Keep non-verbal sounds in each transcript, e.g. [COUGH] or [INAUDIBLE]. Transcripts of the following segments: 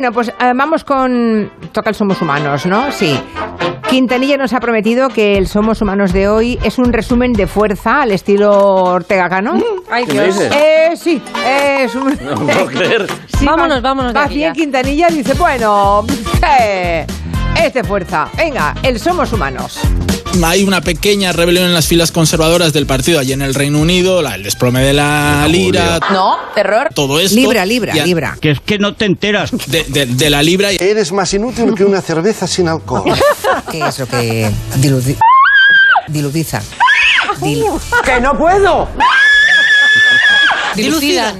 Bueno, pues eh, vamos con. Toca el Somos Humanos, ¿no? Sí. Quintanilla nos ha prometido que el Somos Humanos de hoy es un resumen de fuerza al estilo Ortega Cano. Ay, ¿Qué me Dios. dices? Eh, sí, es un. No puedo creer. Sí, Vámonos, va- vámonos de Va aquí bien ya. Quintanilla dice, bueno, eh, es de fuerza. Venga, el Somos Humanos. Hay una pequeña rebelión en las filas conservadoras del partido allí en el Reino Unido, la- el desplome de la lira, No, error. todo esto. Libra, libra, y a- libra. Que es que no te enteras. De, de- de la libra y Eres más inútil que una cerveza sin alcohol. ¿Qué es lo que diludi- diludiza? Dil- Dilucidan.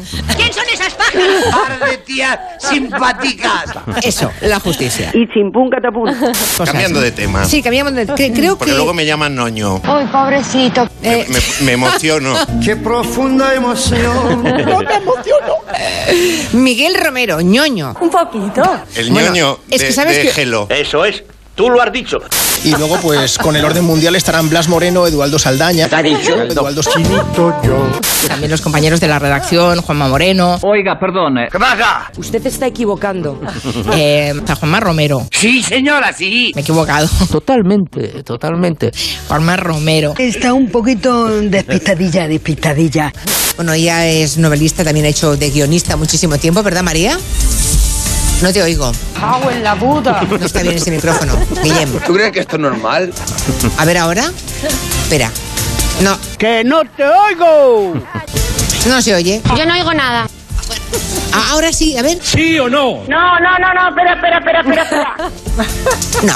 eso, la justicia. y chimpún catapum. Cosas Cambiando así. de tema. Sí, cambiamos de... cre- creo Porque que... luego me llaman noño. Uy, pobrecito. eh, Me, [LAUGHS] me emociono. [LAUGHS] ¡Qué profunda emoción! Miguel Romero, ñoño. Un poquito. El Bueno, ñoño es de, que sabes de que- Gelo. Eso es. Tú lo has dicho. Y luego, pues, con el orden mundial estarán Blas Moreno, Eduardo Saldaña, Eduardo Schini. También los compañeros de la redacción, Juanma Moreno, Oiga, perdone. Usted está equivocando. eh, a Juanma Romero. Sí, señora, sí. Me he equivocado. Totalmente, totalmente. Juanma Romero. Está un poquito despistadilla, despistadilla. Bueno, ella es novelista, también ha hecho de guionista muchísimo tiempo, ¿verdad, María? No te oigo. Agua en la puta. No está bien ese micrófono, Guillem. ¿Tú crees que esto es normal? A ver ahora. Espera. No, ¡Que no te oigo! no se oye. Yo no oigo nada. A- Ahora sí, a ver. ¿Sí o no? No, no, no, no, espera, espera, espera, espera. No.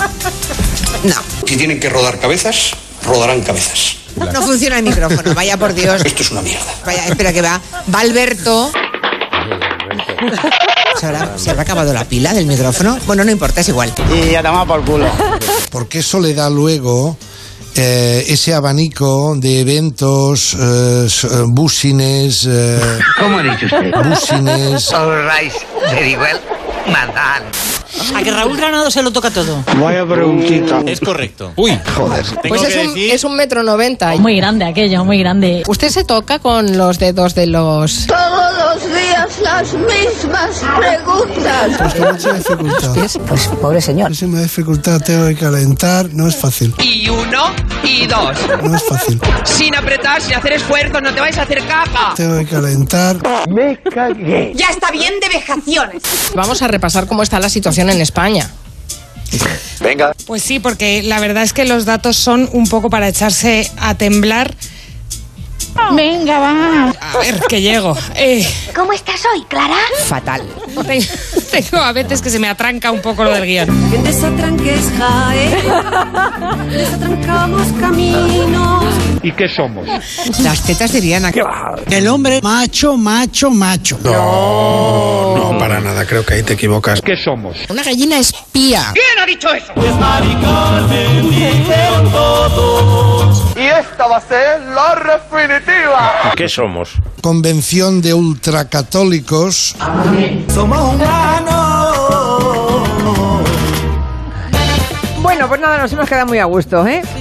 No. Si tienen que rodar cabezas, rodarán cabezas. No funciona el micrófono, vaya por [LAUGHS] Dios. Esto es una mierda. Vaya, espera que va. Va Alberto. ¿Se habrá, se habrá acabado la pila del micrófono? Bueno, no importa, es igual. Y ya te por culo. Porque eso le da luego eh, ese abanico de eventos, eh, s- eh, busines, eh, ¿Cómo ha dicho usted? busines. A que Raúl Granado se lo toca todo. Vaya preguntita. Es correcto. Uy, joder. Pues es un, es un metro noventa. Muy grande aquello, muy grande. Usted se toca con los dedos de los [LAUGHS] Todos los días las mismas preguntas. Pues con mucha dificultad. pies. Pues pobre señor. Muchísima dificultad, tengo que calentar. No es fácil, Y uno y dos. no es fácil. Sin apretar, sin hacer esfuerzo, no te vais a hacer caca. Tengo que calentar. Ya está bien de vejaciones. Vamos a repasar cómo está la situación en España. Pues sí, porque la verdad es que los datos son un poco para echarse a temblar. Venga, va. A ver, que llego. Eh, ¿Cómo estás hoy, Clara? Fatal. tengo, tengo a veces que se me atranca un poco lo del guión. En desatranques jae, desatrancamos caminos. ¿Y qué somos? Las tetas de Diana. El hombre macho, macho, macho. No, no, para nada, creo que ahí te equivocas. ¿Qué somos? Una gallina espía. ¿Qué somos? Convención de ultracatólicos. Bueno, pues nada, nos hemos quedado muy a gusto, ¿eh?